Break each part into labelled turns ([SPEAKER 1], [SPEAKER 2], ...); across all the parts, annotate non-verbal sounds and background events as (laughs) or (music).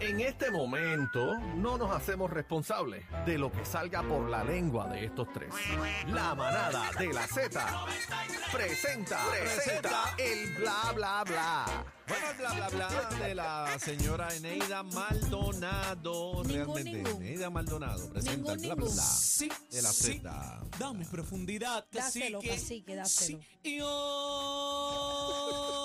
[SPEAKER 1] En este momento no nos hacemos responsables de lo que salga por la lengua de estos tres. La manada de la Z presenta, presenta el bla bla bla.
[SPEAKER 2] Bueno, el bla bla bla de la señora Eneida Maldonado.
[SPEAKER 3] Ningún,
[SPEAKER 2] realmente,
[SPEAKER 3] ningún.
[SPEAKER 2] Eneida Maldonado presenta el bla bla
[SPEAKER 3] ningún.
[SPEAKER 2] bla
[SPEAKER 4] Sí,
[SPEAKER 2] de la
[SPEAKER 4] sí.
[SPEAKER 2] Z.
[SPEAKER 4] Dame profundidad,
[SPEAKER 3] Dáselo,
[SPEAKER 4] cacique.
[SPEAKER 3] cacique, dáselo.
[SPEAKER 4] Sí, y hoy.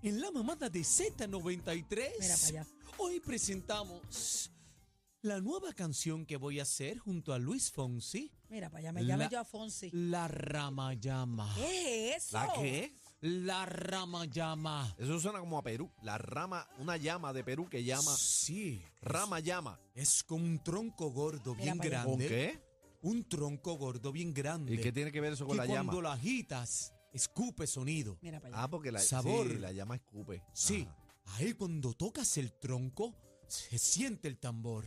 [SPEAKER 4] En la mamada de Z93.
[SPEAKER 3] Mira para allá.
[SPEAKER 4] Hoy presentamos la nueva canción que voy a hacer junto a Luis Fonsi,
[SPEAKER 3] Mira, para allá me llame
[SPEAKER 4] La-
[SPEAKER 3] yo a Fonsi.
[SPEAKER 4] La Ramayama.
[SPEAKER 3] ¿Qué es eso?
[SPEAKER 2] ¿La
[SPEAKER 4] Oh.
[SPEAKER 2] qué?
[SPEAKER 4] La Ramayama.
[SPEAKER 2] Eso suena como a Perú. La rama, una llama de Perú que llama
[SPEAKER 4] Sí.
[SPEAKER 2] rama llama.
[SPEAKER 4] Es con un tronco gordo
[SPEAKER 3] Mira
[SPEAKER 4] bien
[SPEAKER 3] para allá.
[SPEAKER 4] grande.
[SPEAKER 2] ¿Con qué?
[SPEAKER 4] Un tronco gordo bien grande.
[SPEAKER 2] ¿Y qué tiene que ver eso
[SPEAKER 4] que
[SPEAKER 2] con la llama?
[SPEAKER 4] cuando la agitas, escupe sonido.
[SPEAKER 3] Mira para allá.
[SPEAKER 2] Ah, porque la,
[SPEAKER 4] Sabor.
[SPEAKER 2] sí, la llama escupe. Ah,
[SPEAKER 4] Sí,
[SPEAKER 2] Ajá.
[SPEAKER 4] ahí cuando tocas el tronco, se siente el tambor.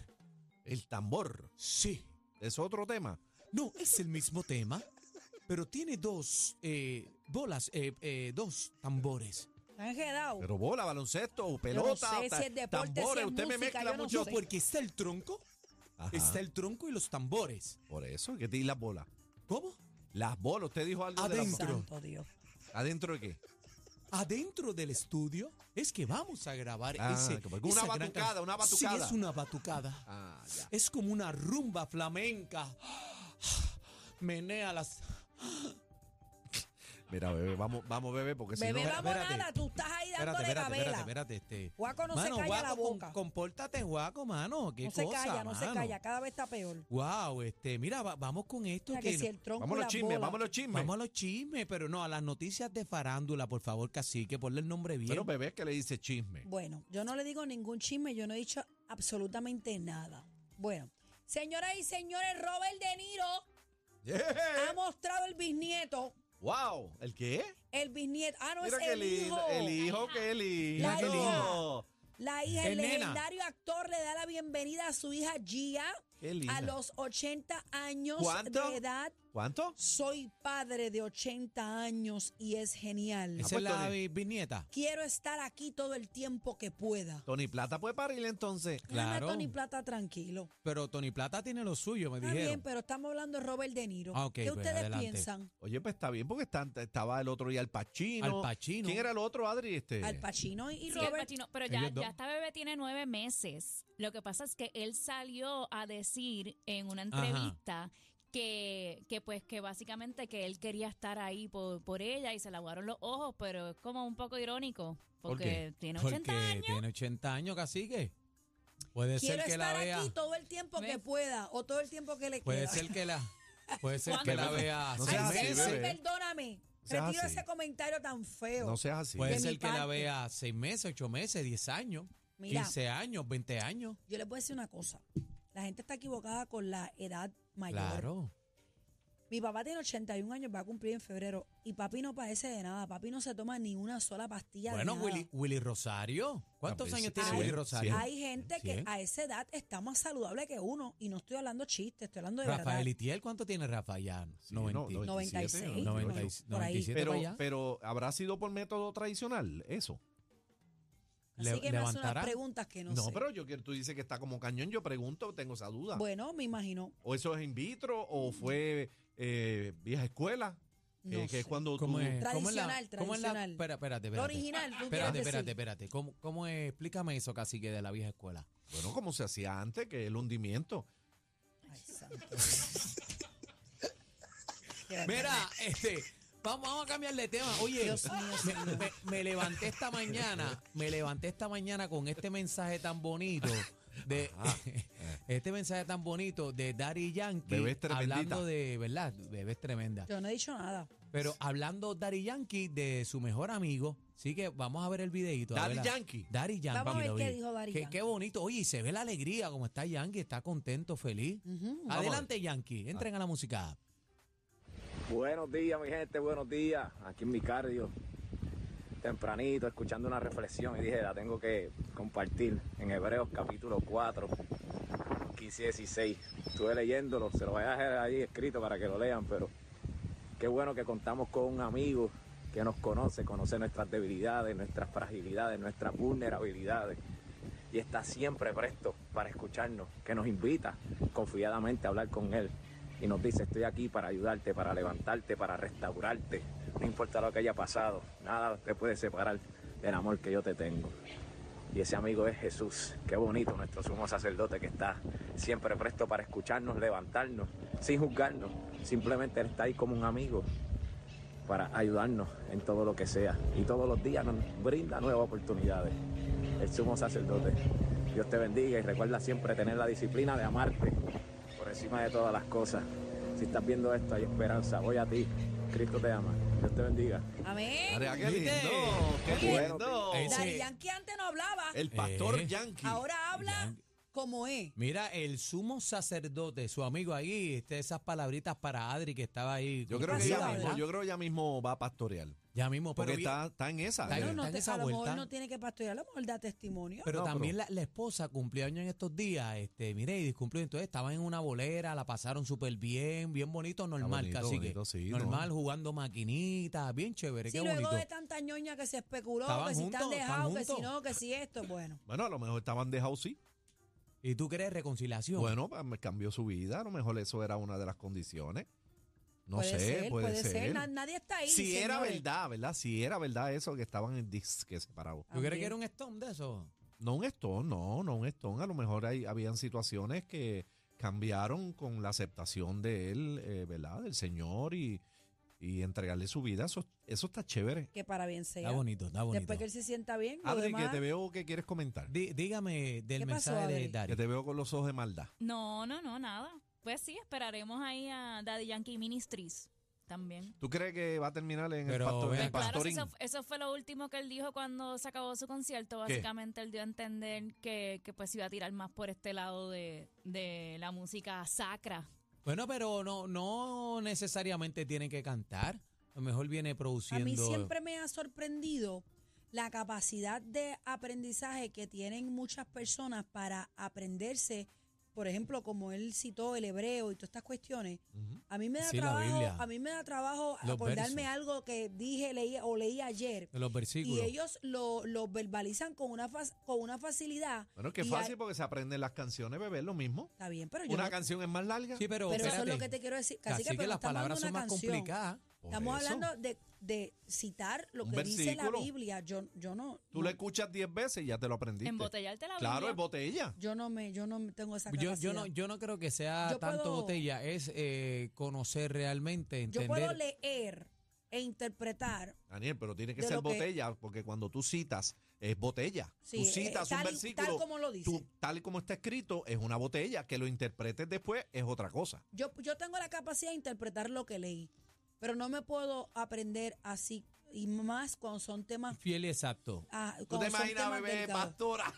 [SPEAKER 2] El tambor.
[SPEAKER 4] Sí.
[SPEAKER 2] Es otro tema.
[SPEAKER 4] No, es el mismo tema, pero tiene dos eh, bolas, eh, eh, dos tambores.
[SPEAKER 3] Están enredados.
[SPEAKER 2] Pero bola, baloncesto, pelota,
[SPEAKER 3] sé si
[SPEAKER 2] ta-
[SPEAKER 3] es deporte, si
[SPEAKER 2] tambores.
[SPEAKER 3] es
[SPEAKER 2] Usted me
[SPEAKER 3] música,
[SPEAKER 2] mezcla
[SPEAKER 3] yo no
[SPEAKER 2] mucho.
[SPEAKER 3] sé.
[SPEAKER 4] Porque está el tronco,
[SPEAKER 2] Ajá.
[SPEAKER 4] está el tronco y los tambores.
[SPEAKER 2] Por eso, que te y las bolas.
[SPEAKER 4] ¿Cómo?
[SPEAKER 2] Las bolas, usted dijo algo de las
[SPEAKER 4] Adentro.
[SPEAKER 2] bolas.
[SPEAKER 3] Santo Dios.
[SPEAKER 2] ¿Adentro de qué?
[SPEAKER 4] Adentro del estudio es que vamos a grabar
[SPEAKER 2] Ah,
[SPEAKER 4] ese.
[SPEAKER 2] como que una
[SPEAKER 4] esa gran
[SPEAKER 2] batucada,
[SPEAKER 4] can-
[SPEAKER 2] una batucada.
[SPEAKER 4] Sí, es una batucada.
[SPEAKER 2] Ah, ya.
[SPEAKER 4] Es como una rumba flamenca. (gasps) Menea las.
[SPEAKER 2] Mira, bebé, vamos, vamos, bebé, porque si
[SPEAKER 3] Bebé,
[SPEAKER 2] no.
[SPEAKER 3] vamos
[SPEAKER 4] espérate.
[SPEAKER 3] nada. Tú estás ahí
[SPEAKER 4] Espérate,
[SPEAKER 3] dándole
[SPEAKER 4] espérate,
[SPEAKER 3] babela.
[SPEAKER 4] espérate, espérate, este.
[SPEAKER 3] Guaco no se calla
[SPEAKER 4] guaco,
[SPEAKER 3] la
[SPEAKER 4] con-
[SPEAKER 3] boca.
[SPEAKER 4] compórtate, guaco, mano. ¿Qué
[SPEAKER 3] no se
[SPEAKER 4] cosa,
[SPEAKER 3] calla, no se
[SPEAKER 4] mano?
[SPEAKER 3] calla. Cada vez está peor.
[SPEAKER 4] Wow, este, mira, va- vamos con esto.
[SPEAKER 3] Mira
[SPEAKER 4] que
[SPEAKER 3] que si
[SPEAKER 4] no-
[SPEAKER 3] el tronco
[SPEAKER 2] Vamos a
[SPEAKER 3] y
[SPEAKER 2] los
[SPEAKER 3] las
[SPEAKER 2] chismes,
[SPEAKER 3] bolas.
[SPEAKER 2] vamos a los chismes.
[SPEAKER 4] Vamos a los chismes, pero no, a las noticias de farándula, por favor, cacique, ponle el nombre bien.
[SPEAKER 2] Pero bebé que le dice chisme.
[SPEAKER 3] Bueno, yo no le digo ningún chisme. Yo no he dicho absolutamente nada. Bueno, señoras y señores, Robert De Niro ha
[SPEAKER 4] ¿Eh?
[SPEAKER 2] Yeah.
[SPEAKER 3] mostrado el bisnieto.
[SPEAKER 2] ¡Wow! ¿El qué?
[SPEAKER 3] El bisnieto. Ah, no,
[SPEAKER 2] Mira
[SPEAKER 3] es
[SPEAKER 2] qué
[SPEAKER 3] el
[SPEAKER 2] lindo.
[SPEAKER 3] hijo.
[SPEAKER 2] El hijo, qué lindo.
[SPEAKER 3] La hija. La hija, el
[SPEAKER 4] Qué nena.
[SPEAKER 3] legendario actor, le da la bienvenida a su hija Gia
[SPEAKER 2] Qué linda.
[SPEAKER 3] a los 80 años
[SPEAKER 2] ¿Cuánto?
[SPEAKER 3] de edad.
[SPEAKER 2] ¿Cuánto?
[SPEAKER 3] Soy padre de 80 años y es genial.
[SPEAKER 2] pues,
[SPEAKER 4] Esa es la
[SPEAKER 2] Apuéstale.
[SPEAKER 4] vi- bisnieta.
[SPEAKER 3] Quiero estar aquí todo el tiempo que pueda.
[SPEAKER 2] Tony Plata puede parir entonces.
[SPEAKER 3] Ana
[SPEAKER 4] Claro.
[SPEAKER 3] Tony Plata, tranquilo.
[SPEAKER 4] Pero Tony Plata tiene lo suyo, me
[SPEAKER 3] Está bien, pues,
[SPEAKER 4] dijeron.
[SPEAKER 3] pero estamos hablando de Robert De Niro.
[SPEAKER 4] Ah, ok,
[SPEAKER 3] ¿Qué
[SPEAKER 4] pues,
[SPEAKER 3] ustedes
[SPEAKER 4] adelante.
[SPEAKER 3] piensan?
[SPEAKER 2] Oye, pues está bien, porque están- estaba el otro día al Pachino.
[SPEAKER 4] Al Pacino.
[SPEAKER 2] ¿Quién era el otro, Adri? Este?
[SPEAKER 3] Al Pacino y
[SPEAKER 5] Sí, Al
[SPEAKER 3] Robert.
[SPEAKER 5] Pacino, pero
[SPEAKER 4] Ellos
[SPEAKER 5] ya,
[SPEAKER 4] dos.
[SPEAKER 5] ya esta bebé tiene nueve meses. Lo que pasa es que él salió a decir en una
[SPEAKER 4] Ajá.
[SPEAKER 5] entrevista que, que pues que básicamente que él quería estar ahí por, por ella y se le aguaron los ojos, pero es como un poco irónico
[SPEAKER 2] ¿Por
[SPEAKER 5] porque tiene 80
[SPEAKER 4] Porque
[SPEAKER 5] años.
[SPEAKER 4] tiene 80 años, cacique. Puede
[SPEAKER 3] Quiero
[SPEAKER 4] ser que la
[SPEAKER 3] estar
[SPEAKER 4] vea.
[SPEAKER 3] aquí todo el tiempo que
[SPEAKER 5] ¿Ves?
[SPEAKER 3] pueda o todo el tiempo que le
[SPEAKER 4] Puede
[SPEAKER 3] queda.
[SPEAKER 4] ser que la. Puede ser que
[SPEAKER 5] ¿Cuándo?
[SPEAKER 4] la vea.
[SPEAKER 2] No
[SPEAKER 4] seis
[SPEAKER 2] seas
[SPEAKER 3] Ay,
[SPEAKER 2] así,
[SPEAKER 4] meses.
[SPEAKER 3] César,
[SPEAKER 2] bebé.
[SPEAKER 3] perdóname.
[SPEAKER 2] Seas
[SPEAKER 3] Retiro
[SPEAKER 2] así.
[SPEAKER 3] ese comentario tan feo.
[SPEAKER 2] No seas así.
[SPEAKER 4] Puede
[SPEAKER 3] De
[SPEAKER 4] ser
[SPEAKER 3] mi
[SPEAKER 4] que la
[SPEAKER 3] parte.
[SPEAKER 4] vea seis meses, ocho meses, diez años,
[SPEAKER 3] Mira.
[SPEAKER 4] 15 años, 20 años.
[SPEAKER 3] Yo les voy a decir una cosa. La gente está equivocada con la edad mayor.
[SPEAKER 4] Claro.
[SPEAKER 3] Mi papá tiene 81 años, va a cumplir en febrero. Y papi no padece de nada. Papi no se toma ni una sola pastilla. de
[SPEAKER 4] Bueno,
[SPEAKER 3] nada.
[SPEAKER 4] Willy, Willy Rosario. ¿Cuántos
[SPEAKER 2] También sí,
[SPEAKER 4] años tiene
[SPEAKER 3] sí,
[SPEAKER 4] Willy
[SPEAKER 3] sí.
[SPEAKER 4] Rosario?
[SPEAKER 3] Hay gente que
[SPEAKER 4] Cien.
[SPEAKER 3] a esa edad está más saludable que uno. Y no estoy hablando chistes, estoy hablando de
[SPEAKER 4] Rafael
[SPEAKER 3] verdad.
[SPEAKER 4] Itiel, ¿cuánto tiene Rafael? Ya,
[SPEAKER 2] Sí, no,
[SPEAKER 4] 90.
[SPEAKER 2] 97,
[SPEAKER 3] 96,
[SPEAKER 4] 96,
[SPEAKER 3] por ahí.
[SPEAKER 4] 97
[SPEAKER 2] Pero,
[SPEAKER 4] para allá.
[SPEAKER 2] pero habrá sido por método tradicional, eso.
[SPEAKER 3] Así
[SPEAKER 4] le-
[SPEAKER 3] que me hace unas
[SPEAKER 4] levantará.
[SPEAKER 3] preguntas que no,
[SPEAKER 2] No,
[SPEAKER 3] sé.
[SPEAKER 2] pero yo quiero, tú dices que está como cañón, yo pregunto, tengo esa duda.
[SPEAKER 3] Bueno, me imagino.
[SPEAKER 2] ¿O eso es in vitro o fue eh, vieja escuela?
[SPEAKER 3] No
[SPEAKER 2] Eh, que es
[SPEAKER 3] sé.
[SPEAKER 2] cuando
[SPEAKER 4] ¿Cómo
[SPEAKER 2] tú-
[SPEAKER 4] es? ¿Cómo es la-
[SPEAKER 3] Tradicional,
[SPEAKER 4] cómo es la-
[SPEAKER 3] tradicional.
[SPEAKER 4] espera, espérate,
[SPEAKER 3] Lo
[SPEAKER 4] espérate.
[SPEAKER 3] original, tú quieres
[SPEAKER 4] Espérate,
[SPEAKER 3] decir.
[SPEAKER 4] espérate, espérate. ¿Cómo, cómo es? Explícame eso, cacique, de la vieja escuela.
[SPEAKER 2] Bueno, como se hacía antes, que el hundimiento.
[SPEAKER 3] Ay, santo Dios. Qué barbaridad.
[SPEAKER 4] (laughs) Mira, este, vamos, vamos a cambiar de tema. Oye,
[SPEAKER 3] Dios mío,
[SPEAKER 4] me, me- me levanté esta mañana, me levanté esta mañana con este mensaje tan bonito de (laughs) este mensaje tan bonito de Dari Yankee
[SPEAKER 2] Bebé es tremendita.
[SPEAKER 4] hablando de, ¿verdad? Bebé es tremenda.
[SPEAKER 3] Yo no he dicho nada.
[SPEAKER 4] Pero hablando Dari Yankee de su mejor amigo, sí que vamos a ver el videito.
[SPEAKER 2] Daddy
[SPEAKER 4] Dari
[SPEAKER 2] Yankee.
[SPEAKER 4] Dari Yankee.
[SPEAKER 3] Vamos a ver
[SPEAKER 4] lo
[SPEAKER 3] qué
[SPEAKER 4] vi.
[SPEAKER 3] dijo Daddy
[SPEAKER 4] Qué-
[SPEAKER 3] Yankee.
[SPEAKER 4] Qué bonito. Oye, y se ve la alegría como está Yankee, está contento, feliz.
[SPEAKER 2] a ver.
[SPEAKER 4] Adelante, Yankee. Entren a la música.
[SPEAKER 6] Buenos días, mi gente, buenos días. Aquí en mi cardio, tempranito, escuchando una reflexión y dije, la tengo que compartir en Hebreos capítulo 4, 15 y 16. Estuve leyéndolo, se lo voy a dejar ahí escrito para que lo lean, pero qué bueno que contamos con un amigo que nos conoce, conoce nuestras debilidades, nuestras fragilidades, nuestras vulnerabilidades. Y está siempre presto para escucharnos, que nos invita confiadamente a hablar con Él. Y nos dice, estoy aquí para ayudarte, para levantarte, para restaurarte. No importa lo que haya pasado, nada te puede separar del amor que yo te tengo. Y ese amigo es Jesús. Qué bonito nuestro sumo sacerdote que está siempre presto para escucharnos, levantarnos, sin juzgarnos. Simplemente Él está ahí como un amigo para ayudarnos en todo lo que sea. Y todos los días nos brinda nuevas oportunidades. El sumo sacerdote. Dios te bendiga y recuerda siempre tener la disciplina de amarte por encima de todas las cosas. Si estás viendo esto, hay esperanza. Voy a ti. Cristo te ama. Dios te bendiga.
[SPEAKER 3] Amén.
[SPEAKER 2] Mira, qué lindo,
[SPEAKER 4] ¿Viste?
[SPEAKER 2] qué
[SPEAKER 3] Oye,
[SPEAKER 2] lindo.
[SPEAKER 4] ese-
[SPEAKER 3] Dari Yankee antes no hablaba,
[SPEAKER 2] El pastor
[SPEAKER 4] Eh,
[SPEAKER 2] yankee.
[SPEAKER 3] eh, ahora habla
[SPEAKER 4] Yankee.
[SPEAKER 3] como es.
[SPEAKER 4] Mira, el sumo sacerdote, su amigo ahí, este, esas palabritas para Adri que estaba ahí.
[SPEAKER 2] yo creo que
[SPEAKER 3] Así
[SPEAKER 2] ya
[SPEAKER 3] habla.
[SPEAKER 2] mismo, yo creo ya mismo va a pastorear.
[SPEAKER 4] Ya mismo, pero,
[SPEAKER 2] Porque
[SPEAKER 4] bien-
[SPEAKER 2] está, está en esa.
[SPEAKER 4] Está en-
[SPEAKER 2] Eh,
[SPEAKER 3] No, no
[SPEAKER 4] en
[SPEAKER 3] te-
[SPEAKER 4] esa
[SPEAKER 3] a lo mejor
[SPEAKER 4] vuelta.
[SPEAKER 3] no tiene que pastorear, a lo mejor da testimonio.
[SPEAKER 4] pero
[SPEAKER 2] No, pero-
[SPEAKER 4] también La, la esposa cumplió años en estos días. Este, mire, y cumplió. Entonces estaban en una bolera, la pasaron súper bien, bien bonito, normal,
[SPEAKER 2] bonito,
[SPEAKER 4] casi
[SPEAKER 2] bonito,
[SPEAKER 4] que.
[SPEAKER 2] sí, ¿no?
[SPEAKER 4] normal, jugando maquinitas, bien chévere,
[SPEAKER 3] Si
[SPEAKER 4] qué
[SPEAKER 3] luego
[SPEAKER 4] bonito.
[SPEAKER 3] de tanta ñoña que se especuló,
[SPEAKER 4] Estaban
[SPEAKER 3] que si
[SPEAKER 4] juntos,
[SPEAKER 3] están dejados,
[SPEAKER 4] estaban
[SPEAKER 3] que si
[SPEAKER 4] juntos.
[SPEAKER 3] no, que si esto,
[SPEAKER 4] (laughs)
[SPEAKER 3] bueno.
[SPEAKER 2] Bueno, a lo mejor estaban dejados, sí.
[SPEAKER 4] ¿Y tú crees reconciliación?
[SPEAKER 2] Bueno, pues, me cambió su vida. A lo mejor eso era una de las condiciones. No
[SPEAKER 3] puede
[SPEAKER 2] sé,
[SPEAKER 3] ser,
[SPEAKER 2] puede, ser.
[SPEAKER 3] na- nadie está ahí.
[SPEAKER 2] si era
[SPEAKER 3] señores.
[SPEAKER 2] verdad, ¿verdad? Si era verdad eso que estaban en disque separados.
[SPEAKER 4] ¿Tú crees
[SPEAKER 3] También.
[SPEAKER 4] que era un stomp de eso?
[SPEAKER 2] No un estón, no, no un estón. A lo mejor hay, habían situaciones que cambiaron con la aceptación de él, eh, ¿verdad? Del Señor y, y entregarle su vida. Eso, eso está chévere.
[SPEAKER 3] Que para bien sea.
[SPEAKER 4] Está bonito, está bonito.
[SPEAKER 3] Después que él se sienta bien, lo
[SPEAKER 2] Adri, que
[SPEAKER 3] demás-
[SPEAKER 2] te veo que quieres comentar.
[SPEAKER 4] Di- dígame del
[SPEAKER 3] ¿Qué pasó,
[SPEAKER 4] mensaje de
[SPEAKER 3] Adri?
[SPEAKER 4] Dari.
[SPEAKER 2] Que te veo con los ojos de maldad.
[SPEAKER 5] No, no, no, nada. Pues sí, esperaremos ahí a Daddy Yankee Ministries también.
[SPEAKER 2] ¿Tú crees que va a terminar en
[SPEAKER 4] Pero
[SPEAKER 2] el, pastor, en
[SPEAKER 4] ven
[SPEAKER 2] el
[SPEAKER 4] acá.
[SPEAKER 5] Pues Claro,
[SPEAKER 2] pastorín?
[SPEAKER 5] eso, eso fue lo último que él dijo cuando se acabó su concierto.
[SPEAKER 2] ¿Qué?
[SPEAKER 5] Básicamente él dio a entender que, que pues iba a tirar más por este lado de, de la música sacra.
[SPEAKER 4] Bueno, pero no, no necesariamente tienen que cantar. A lo mejor viene
[SPEAKER 3] A
[SPEAKER 4] produciendo.
[SPEAKER 3] mí siempre me ha sorprendido la capacidad de aprendizaje que tienen muchas personas para aprenderse, por ejemplo, como él citó el hebreo y todas estas cuestiones.
[SPEAKER 2] Ujú.
[SPEAKER 3] A mí me da
[SPEAKER 4] Sí, la
[SPEAKER 3] trabajo,
[SPEAKER 4] Biblia.
[SPEAKER 3] a mí me da trabajo
[SPEAKER 4] Los
[SPEAKER 3] acordarme
[SPEAKER 4] versos.
[SPEAKER 3] algo que dije leí, o leí ayer.
[SPEAKER 4] de los
[SPEAKER 3] Y
[SPEAKER 4] versículos.
[SPEAKER 3] ellos lo, lo verbalizan con una, fas- con una facilidad.
[SPEAKER 2] Bueno, que
[SPEAKER 3] y
[SPEAKER 2] fácil
[SPEAKER 3] hay-
[SPEAKER 2] porque se aprenden las canciones, bebé, es lo mismo.
[SPEAKER 3] Está bien, pero yo
[SPEAKER 2] Una
[SPEAKER 3] no-
[SPEAKER 2] canción es más larga.
[SPEAKER 4] Sí, pero,
[SPEAKER 3] pero eso es
[SPEAKER 4] espérate.
[SPEAKER 3] lo que te quiero decir.
[SPEAKER 4] Así
[SPEAKER 3] Cacique,
[SPEAKER 4] que
[SPEAKER 3] pero
[SPEAKER 4] las
[SPEAKER 3] estamos dando
[SPEAKER 4] palabras son
[SPEAKER 3] una
[SPEAKER 4] más
[SPEAKER 3] canción.
[SPEAKER 4] complicadas.
[SPEAKER 2] Por
[SPEAKER 3] Estamos
[SPEAKER 2] eso,
[SPEAKER 3] hablando de, de citar lo
[SPEAKER 2] Un
[SPEAKER 3] que dice la
[SPEAKER 2] versículo.
[SPEAKER 3] Biblia. Yo, yo no.
[SPEAKER 2] Tú
[SPEAKER 3] no-
[SPEAKER 2] lo escuchas 10 veces y ya te lo aprendiste.
[SPEAKER 5] Embotellarte la
[SPEAKER 2] Claro,
[SPEAKER 5] Biblia.
[SPEAKER 2] es botella.
[SPEAKER 3] Yo no me, yo no tengo esa
[SPEAKER 4] Yo,
[SPEAKER 3] capacidad.
[SPEAKER 4] yo, no, yo no creo que sea
[SPEAKER 3] Yo
[SPEAKER 4] tanto
[SPEAKER 3] puedo-
[SPEAKER 4] botella, es eh, conocer realmente,
[SPEAKER 3] Yo
[SPEAKER 4] entender.
[SPEAKER 3] puedo leer e interpretar.
[SPEAKER 2] Daniel, pero tiene que
[SPEAKER 3] De
[SPEAKER 2] ser
[SPEAKER 3] lo que-
[SPEAKER 2] botella, porque cuando tú citas, es botella.
[SPEAKER 3] Sí,
[SPEAKER 2] tú
[SPEAKER 3] eh,
[SPEAKER 2] citas
[SPEAKER 3] tal,
[SPEAKER 2] un
[SPEAKER 3] y-
[SPEAKER 2] versículo,
[SPEAKER 3] tal como lo dice.
[SPEAKER 2] tú- tal y como está escrito, es una botella. Que lo interpretes después es otra cosa.
[SPEAKER 3] Yo, yo tengo la capacidad de interpretar lo que leí, pero no me puedo aprender así y más cuando son temas.
[SPEAKER 4] Fiel
[SPEAKER 3] (laughs)
[SPEAKER 4] y exacto.
[SPEAKER 3] ah,
[SPEAKER 2] ¿Tú
[SPEAKER 3] cuando
[SPEAKER 2] te
[SPEAKER 3] son
[SPEAKER 2] imaginas,
[SPEAKER 3] temas
[SPEAKER 2] bebé,
[SPEAKER 3] delicados.
[SPEAKER 2] pastora?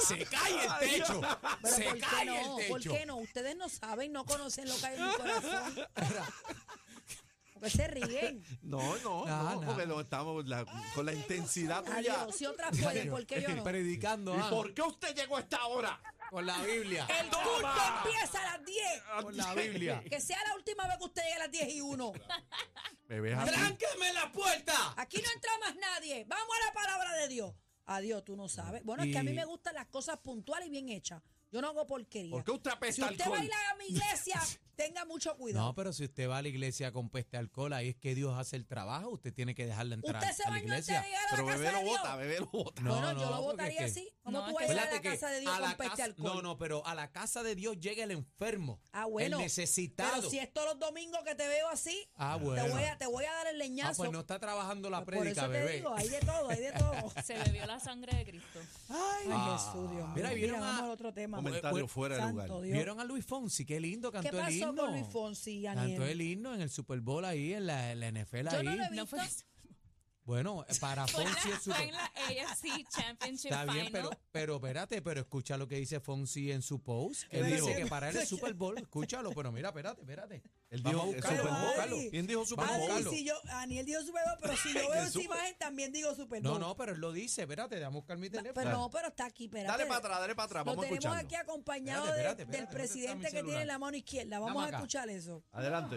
[SPEAKER 4] ¡Se cae el techo!
[SPEAKER 3] Pero
[SPEAKER 4] ¡Se
[SPEAKER 3] ¿por qué
[SPEAKER 4] cae
[SPEAKER 3] no?
[SPEAKER 4] el
[SPEAKER 3] ¿Por
[SPEAKER 4] techo!
[SPEAKER 3] qué no? Ustedes no saben, no conocen lo que hay en mi corazón.
[SPEAKER 2] (laughs)
[SPEAKER 3] Porque se ríen.
[SPEAKER 2] No, no,
[SPEAKER 3] Ah,
[SPEAKER 4] Nah,
[SPEAKER 2] no,
[SPEAKER 4] nah.
[SPEAKER 2] porque no estamos la- con la intensidad tuya.
[SPEAKER 3] Adiós. Si otras pueden,
[SPEAKER 4] (laughs)
[SPEAKER 3] ¿por qué yo no? El
[SPEAKER 4] Predicando
[SPEAKER 2] ¿Y
[SPEAKER 4] ah,
[SPEAKER 2] por qué usted llegó a esta hora?
[SPEAKER 4] con la
[SPEAKER 3] (laughs)
[SPEAKER 4] Biblia.
[SPEAKER 3] culto empieza a las 10.
[SPEAKER 4] Con la Biblia.
[SPEAKER 3] Que sea la última vez que usted llegue a las 10 y 1.
[SPEAKER 2] Me ves así.
[SPEAKER 4] ¡Tránqueme la puerta!
[SPEAKER 3] Aquí no entra más nadie. Vamos a la palabra de Dios. Adiós, tú no sabes. Bueno, es que a mí me gustan las cosas puntuales y bien hechas. Yo no hago porquería.
[SPEAKER 2] ¿Por qué usted
[SPEAKER 3] si
[SPEAKER 2] apesta
[SPEAKER 3] usted
[SPEAKER 2] alcohol?
[SPEAKER 3] va a ir a mi
[SPEAKER 2] (laughs)
[SPEAKER 3] iglesia, tenga mucho cuidado.
[SPEAKER 4] No, pero si usted va a la iglesia con peste de alcohol, ahí es que Dios hace el trabajo, usted tiene que dejarla entrar
[SPEAKER 3] usted se
[SPEAKER 4] a la
[SPEAKER 3] bañó antes de
[SPEAKER 4] iglesia.
[SPEAKER 3] llegar a la
[SPEAKER 2] Pero
[SPEAKER 3] casa
[SPEAKER 2] bebé
[SPEAKER 3] de
[SPEAKER 2] lo
[SPEAKER 3] Dios.
[SPEAKER 2] bota, bebé lo bota.
[SPEAKER 3] bueno, yo lo
[SPEAKER 4] porque
[SPEAKER 3] votaría
[SPEAKER 4] es que-
[SPEAKER 3] así. ¿Cómo
[SPEAKER 5] No,
[SPEAKER 3] tú
[SPEAKER 5] es
[SPEAKER 3] vas a
[SPEAKER 5] que-
[SPEAKER 3] llegar a la
[SPEAKER 4] Acuérdate que
[SPEAKER 3] casa de Dios
[SPEAKER 4] a la
[SPEAKER 3] con peste
[SPEAKER 4] casa-
[SPEAKER 3] alcohol?
[SPEAKER 4] No, no, pero a la casa de Dios llega el enfermo.
[SPEAKER 3] Ah, bueno.
[SPEAKER 4] El necesitado.
[SPEAKER 3] Pero si es todos los domingos que te veo así,
[SPEAKER 4] Ah,
[SPEAKER 3] te,
[SPEAKER 4] bueno.
[SPEAKER 3] voy a, te voy a dar el
[SPEAKER 4] Ah,
[SPEAKER 3] leñazo.
[SPEAKER 4] pues no está trabajando la
[SPEAKER 3] Por
[SPEAKER 4] prédica,
[SPEAKER 3] eso te
[SPEAKER 4] bebé.
[SPEAKER 3] digo, hay de todo, hay de todo.
[SPEAKER 4] (laughs)
[SPEAKER 5] Se bebió la sangre de Cristo.
[SPEAKER 3] Ay,
[SPEAKER 4] Ah.
[SPEAKER 3] Jesús, Dios mío.
[SPEAKER 4] Mira,
[SPEAKER 3] Mira,
[SPEAKER 4] vieron
[SPEAKER 3] vamos
[SPEAKER 4] a-
[SPEAKER 3] al otro tema.
[SPEAKER 2] Comentario
[SPEAKER 4] Eh,
[SPEAKER 2] pues, fuera de
[SPEAKER 3] Santo
[SPEAKER 2] lugar.
[SPEAKER 3] Dios.
[SPEAKER 4] ¿Vieron a Luis Fonsi? Qué lindo
[SPEAKER 3] ¿Qué
[SPEAKER 4] cantó el
[SPEAKER 3] pasó
[SPEAKER 4] himno.
[SPEAKER 3] con Luis Fonsi,
[SPEAKER 4] Cantó el
[SPEAKER 3] Daniel?
[SPEAKER 4] himno en el Super Bowl ahí, en la, en la NFL
[SPEAKER 3] Yo
[SPEAKER 4] ahí.
[SPEAKER 3] no (laughs) lo he
[SPEAKER 5] No fue,
[SPEAKER 3] visto.
[SPEAKER 4] Bueno,
[SPEAKER 3] (laughs)
[SPEAKER 4] para
[SPEAKER 5] fue en la,
[SPEAKER 4] Fonsi es
[SPEAKER 5] fue
[SPEAKER 4] Super
[SPEAKER 5] en la AFC Championship
[SPEAKER 4] Está
[SPEAKER 5] Final.
[SPEAKER 4] bien, pero, pero espérate, pero escucha lo que dice Fonsi en su post. Que
[SPEAKER 2] Pero
[SPEAKER 4] dice
[SPEAKER 2] sí.
[SPEAKER 4] que para él
[SPEAKER 3] (laughs)
[SPEAKER 4] es Super Bowl. Escúchalo, pero mira, espérate, espérate.
[SPEAKER 2] Él dijo el
[SPEAKER 4] Vamos a buscarlo,
[SPEAKER 2] Super
[SPEAKER 4] vamos a
[SPEAKER 2] Bowl.
[SPEAKER 4] buscarlo.
[SPEAKER 3] Ay.
[SPEAKER 2] ¿Quién dijo Super
[SPEAKER 4] Vamos a
[SPEAKER 3] Adri,
[SPEAKER 2] Bowl?
[SPEAKER 4] buscarlo.
[SPEAKER 3] si yo, Daniel dijo Super Bowl, pero si yo veo esa
[SPEAKER 2] Super-
[SPEAKER 3] imagen también digo Super
[SPEAKER 4] No,
[SPEAKER 3] Bowl.
[SPEAKER 4] no, pero él lo dice. Espérate, déjame buscar mi
[SPEAKER 3] Da-
[SPEAKER 4] teléfono.
[SPEAKER 3] Pero no, pero está aquí, espérate.
[SPEAKER 2] Dale para atrás, dale para atrás.
[SPEAKER 3] Lo
[SPEAKER 2] Vamos a
[SPEAKER 3] tenemos
[SPEAKER 2] escucharlo.
[SPEAKER 3] aquí acompañado
[SPEAKER 4] Espérate,
[SPEAKER 3] de-
[SPEAKER 4] espérate, espérate,
[SPEAKER 3] del
[SPEAKER 4] ¿dónde está mi
[SPEAKER 3] presidente que tiene
[SPEAKER 4] celular?
[SPEAKER 3] la mano izquierda. Vamos
[SPEAKER 4] Dame
[SPEAKER 3] a
[SPEAKER 4] acá.
[SPEAKER 3] escuchar eso.
[SPEAKER 2] Adelante.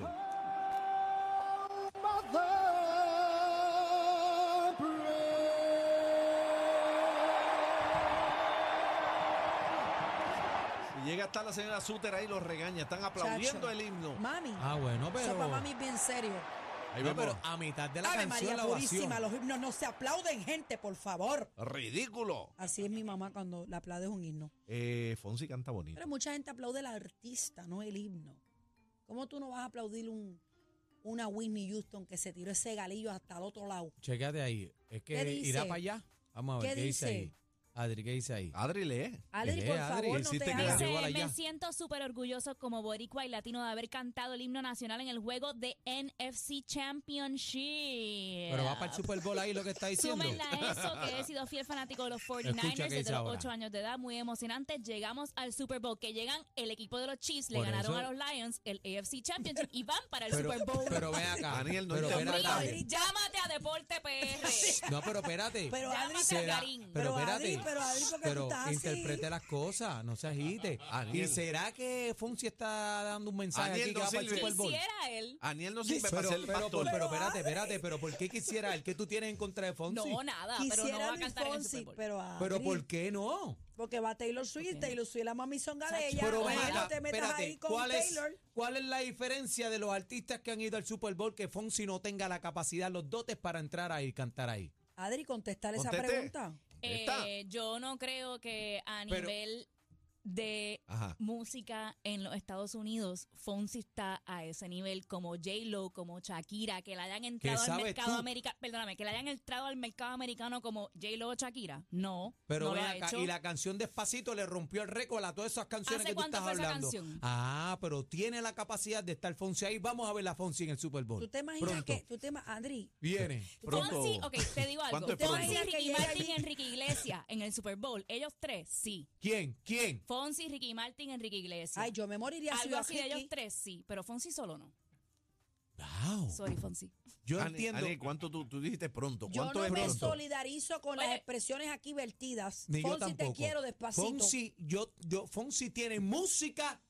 [SPEAKER 7] Mother,
[SPEAKER 2] Llega hasta la señora Suter ahí y los regaña. Están aplaudiendo
[SPEAKER 3] Chacho.
[SPEAKER 2] el himno.
[SPEAKER 3] Mami,
[SPEAKER 4] Ah, bueno,
[SPEAKER 3] eso
[SPEAKER 4] pero.
[SPEAKER 3] para mami es bien serio.
[SPEAKER 2] Ahí
[SPEAKER 4] No,
[SPEAKER 2] vemos.
[SPEAKER 4] pero a mitad de la
[SPEAKER 3] Ave
[SPEAKER 4] canción
[SPEAKER 3] María
[SPEAKER 4] la
[SPEAKER 3] Purísima,
[SPEAKER 4] ovación.
[SPEAKER 3] los himnos no se aplauden, gente, por favor.
[SPEAKER 2] Ridículo.
[SPEAKER 3] Así es mi mamá cuando la aplaude es un himno.
[SPEAKER 2] Eh, Fonsi canta bonito.
[SPEAKER 3] Pero mucha gente aplaude al artista, no el himno. ¿Cómo tú no vas a aplaudir un, una Whitney Houston que se tiró ese galillo hasta el otro lado?
[SPEAKER 4] Chécate ahí. Es que
[SPEAKER 3] ¿Qué
[SPEAKER 4] irá
[SPEAKER 3] dice?
[SPEAKER 4] para allá. Vamos a ver
[SPEAKER 3] ¿Qué
[SPEAKER 4] qué, dice
[SPEAKER 3] dice? Ah,
[SPEAKER 4] ahí. Adri, ¿qué dice ahí?
[SPEAKER 2] Adri lee.
[SPEAKER 3] Adri,
[SPEAKER 4] Eh,
[SPEAKER 3] por
[SPEAKER 4] Adri,
[SPEAKER 3] favor, no
[SPEAKER 2] hiciste
[SPEAKER 3] te
[SPEAKER 2] que la
[SPEAKER 3] hagas.
[SPEAKER 5] Dice,
[SPEAKER 4] llegó a la ya.
[SPEAKER 5] me siento súper orgulloso como boricua y latino de haber cantado el himno nacional en el juego de NFC Championship.
[SPEAKER 4] Pero va para el Super Bowl ahí lo que está diciendo.
[SPEAKER 5] Súmenle a eso que he sido fiel fanático de los 49ers
[SPEAKER 4] (laughs) Escucha qué
[SPEAKER 5] desde
[SPEAKER 4] dice
[SPEAKER 5] los
[SPEAKER 4] ahora.
[SPEAKER 5] 8 años de edad, muy emocionante. Llegamos al Super Bowl, que llegan el equipo de los Chiefs, le
[SPEAKER 4] Por
[SPEAKER 5] ganaron
[SPEAKER 4] eso-
[SPEAKER 5] a los Lions el AFC Championship y van para el
[SPEAKER 4] Pero,
[SPEAKER 5] Super Bowl.
[SPEAKER 4] pero ve acá.
[SPEAKER 2] Daniel, no
[SPEAKER 4] pero
[SPEAKER 2] interrumpa.
[SPEAKER 4] espérate.
[SPEAKER 3] Adri,
[SPEAKER 5] Llámate a Deporte
[SPEAKER 4] (laughs)
[SPEAKER 5] PR.
[SPEAKER 4] No, pero espérate.
[SPEAKER 3] Pero
[SPEAKER 5] Llámate
[SPEAKER 3] Adri,
[SPEAKER 5] a
[SPEAKER 4] Será-
[SPEAKER 5] Karim.
[SPEAKER 4] pero
[SPEAKER 3] Pero Adri, pero Adri,
[SPEAKER 4] espérate.
[SPEAKER 3] ¿por qué
[SPEAKER 4] Pero
[SPEAKER 3] tú estás así?
[SPEAKER 4] interprete las cosas, no se agite. ¿Y
[SPEAKER 2] Aniel.
[SPEAKER 4] será que Fonsi está dando un mensaje
[SPEAKER 2] Aniel
[SPEAKER 4] aquí que
[SPEAKER 2] no
[SPEAKER 4] va para el
[SPEAKER 2] sirve.
[SPEAKER 4] Super Bowl?
[SPEAKER 5] Quisiera él.
[SPEAKER 2] Aniel no sirve para
[SPEAKER 4] Pero,
[SPEAKER 2] ser el
[SPEAKER 4] pero,
[SPEAKER 2] pastor.
[SPEAKER 4] pero espérate, espérate, pero ¿por qué quisiera el que tú tienes en contra de Fonsi?
[SPEAKER 5] No, nada, pero no
[SPEAKER 3] Quisiera
[SPEAKER 5] va a
[SPEAKER 3] Luis
[SPEAKER 5] cantar en el Super
[SPEAKER 3] Fonsi,
[SPEAKER 5] Bowl.
[SPEAKER 3] pero Adri,
[SPEAKER 4] pero ¿por qué no?
[SPEAKER 3] porque va Taylor Swift,
[SPEAKER 5] Ok.
[SPEAKER 3] Taylor Swift es la mamizonga
[SPEAKER 5] Chacho.
[SPEAKER 3] de ella.
[SPEAKER 4] Pero
[SPEAKER 3] ojalá
[SPEAKER 4] ven
[SPEAKER 3] no
[SPEAKER 4] acá,
[SPEAKER 3] te metas
[SPEAKER 4] espérate,
[SPEAKER 3] ahí con
[SPEAKER 4] ¿cuál, es,
[SPEAKER 3] Taylor.
[SPEAKER 4] ¿cuál es la diferencia de los artistas que han ido al Super Bowl que Fonsi no tenga la capacidad, los dotes para entrar ahí y cantar ahí?
[SPEAKER 3] Adri, contestar esa
[SPEAKER 2] Conteste.
[SPEAKER 3] pregunta.
[SPEAKER 2] Está.
[SPEAKER 5] Eh, yo no creo que a
[SPEAKER 4] Pero-
[SPEAKER 5] nivel de
[SPEAKER 2] Ajá.
[SPEAKER 5] música en los Estados Unidos, Fonsi está a ese nivel como J-Lo, como Shakira, que la hayan entrado al
[SPEAKER 4] sabes
[SPEAKER 5] mercado
[SPEAKER 4] tú?
[SPEAKER 5] americano, perdóname, que la hayan entrado al mercado americano como J-Lo o Shakira. No,
[SPEAKER 4] Pero
[SPEAKER 5] no lo
[SPEAKER 4] ven
[SPEAKER 5] ha
[SPEAKER 4] acá,
[SPEAKER 5] hecho.
[SPEAKER 4] y la canción Despacito le rompió el récord a todas esas canciones
[SPEAKER 5] ¿Hace
[SPEAKER 4] que tú
[SPEAKER 5] cuánto
[SPEAKER 4] estás
[SPEAKER 5] fue esa
[SPEAKER 4] hablando.
[SPEAKER 5] canción?
[SPEAKER 4] Ah, pero tiene la capacidad de estar Fonsi ahí. Vamos a ver a Fonsi en el Super Bowl.
[SPEAKER 3] ¿Tú te imaginas
[SPEAKER 4] Pronto.
[SPEAKER 3] que, tú te, ima- Adri,
[SPEAKER 4] Viene.
[SPEAKER 2] Pronto.
[SPEAKER 5] Fonsi, ok,
[SPEAKER 4] (laughs)
[SPEAKER 5] te digo algo.
[SPEAKER 2] ¿Cuánto es pronto?
[SPEAKER 5] Fonsi,
[SPEAKER 3] Que
[SPEAKER 5] Ricky
[SPEAKER 3] llega
[SPEAKER 5] Martin,
[SPEAKER 3] allí.
[SPEAKER 5] Enrique Iglesias en el Super Bowl. Ellos tres, sí.
[SPEAKER 4] ¿Quién? ¿Quién?
[SPEAKER 5] Fonsi, Ricky Martin, Enrique Iglesias.
[SPEAKER 3] ay, yo me moriría si
[SPEAKER 5] algo
[SPEAKER 3] iba a
[SPEAKER 5] así de ellos
[SPEAKER 3] Ricky.
[SPEAKER 5] tres, sí. Pero Fonsi solo no.
[SPEAKER 4] Wow.
[SPEAKER 5] Sorry, Fonsi.
[SPEAKER 4] Yo
[SPEAKER 2] Ani-
[SPEAKER 4] entiendo.
[SPEAKER 2] Aniel, ¿cuánto tú, tú dijiste pronto?
[SPEAKER 3] Yo
[SPEAKER 2] ¿Cuánto
[SPEAKER 3] no
[SPEAKER 2] es
[SPEAKER 3] me
[SPEAKER 2] pronto?
[SPEAKER 3] solidarizo con
[SPEAKER 5] Oye.
[SPEAKER 3] las expresiones aquí vertidas.
[SPEAKER 4] Ni yo
[SPEAKER 3] Fonsi,
[SPEAKER 4] tampoco.
[SPEAKER 3] te quiero despacito.
[SPEAKER 4] Fonsi, yo, yo, Fonsi tiene música.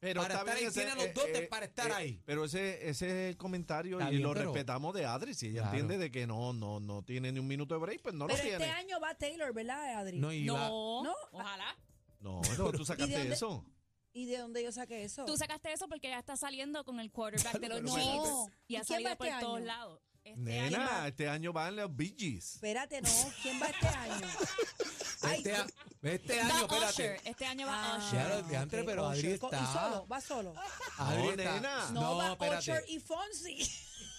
[SPEAKER 2] Pero
[SPEAKER 4] Para
[SPEAKER 2] está bien,
[SPEAKER 4] estar ahí,
[SPEAKER 2] ese-
[SPEAKER 4] tiene los
[SPEAKER 2] eh,
[SPEAKER 4] dotes
[SPEAKER 2] eh,
[SPEAKER 4] para estar
[SPEAKER 2] eh,
[SPEAKER 4] ahí.
[SPEAKER 2] Pero ese, ese es el comentario
[SPEAKER 4] Está
[SPEAKER 2] y
[SPEAKER 4] bien,
[SPEAKER 2] lo
[SPEAKER 4] pero-
[SPEAKER 2] respetamos de Adri. Si ella
[SPEAKER 4] Claro.
[SPEAKER 2] entiende de que no, no, no tiene ni un minuto de break, pues no
[SPEAKER 3] Pero
[SPEAKER 2] lo
[SPEAKER 3] este
[SPEAKER 2] tiene.
[SPEAKER 3] año va Taylor, ¿verdad, Adri?
[SPEAKER 4] No iba.
[SPEAKER 5] No,
[SPEAKER 3] No.
[SPEAKER 5] ojalá.
[SPEAKER 2] No,
[SPEAKER 4] (laughs)
[SPEAKER 2] pero tú
[SPEAKER 3] ¿Y de
[SPEAKER 2] sacaste
[SPEAKER 3] dónde-
[SPEAKER 2] eso.
[SPEAKER 3] ¿Y de dónde yo saqué eso?
[SPEAKER 5] Tú sacaste eso porque ya está saliendo con el quarterback de los
[SPEAKER 2] pero
[SPEAKER 5] Chiefs
[SPEAKER 3] no.
[SPEAKER 5] y
[SPEAKER 3] ¿Y
[SPEAKER 5] ha
[SPEAKER 3] quién
[SPEAKER 5] salido
[SPEAKER 3] va
[SPEAKER 5] por
[SPEAKER 3] este
[SPEAKER 5] todos
[SPEAKER 3] año?
[SPEAKER 5] lados. Este año
[SPEAKER 2] Nena,
[SPEAKER 5] va-
[SPEAKER 2] este año van los Bee Gees.
[SPEAKER 3] Espérate, no. ¿Quién va este año? Ay,
[SPEAKER 4] Este, a- este
[SPEAKER 5] va
[SPEAKER 4] año,
[SPEAKER 5] Usher,
[SPEAKER 4] espérate.
[SPEAKER 5] este año va
[SPEAKER 3] ah,
[SPEAKER 5] Usher.
[SPEAKER 4] Ya lo de antes,
[SPEAKER 3] ok,
[SPEAKER 4] pero Adri
[SPEAKER 3] Usher. Co-
[SPEAKER 4] está-
[SPEAKER 3] ¿Y solo? ¿Va solo?
[SPEAKER 4] Adri
[SPEAKER 2] No,
[SPEAKER 4] está-
[SPEAKER 2] Ah, nena.
[SPEAKER 3] No,
[SPEAKER 4] No,
[SPEAKER 3] va
[SPEAKER 4] espérate.
[SPEAKER 3] Usher y Fonsi.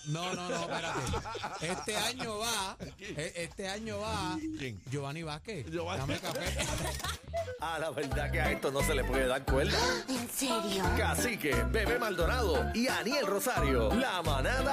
[SPEAKER 4] No, no, no, espérate. Este año va. e- Este año
[SPEAKER 2] (laughs)
[SPEAKER 4] va.
[SPEAKER 2] ¿Quién?
[SPEAKER 4] Giovanni Vázquez.
[SPEAKER 2] Giovanni- (laughs)
[SPEAKER 4] Dame café.
[SPEAKER 1] A Ah, la verdad que a esto no se le puede dar cuerda. ¿En serio? Cacique, Bebé Maldonado y Aniel Rosario. La manada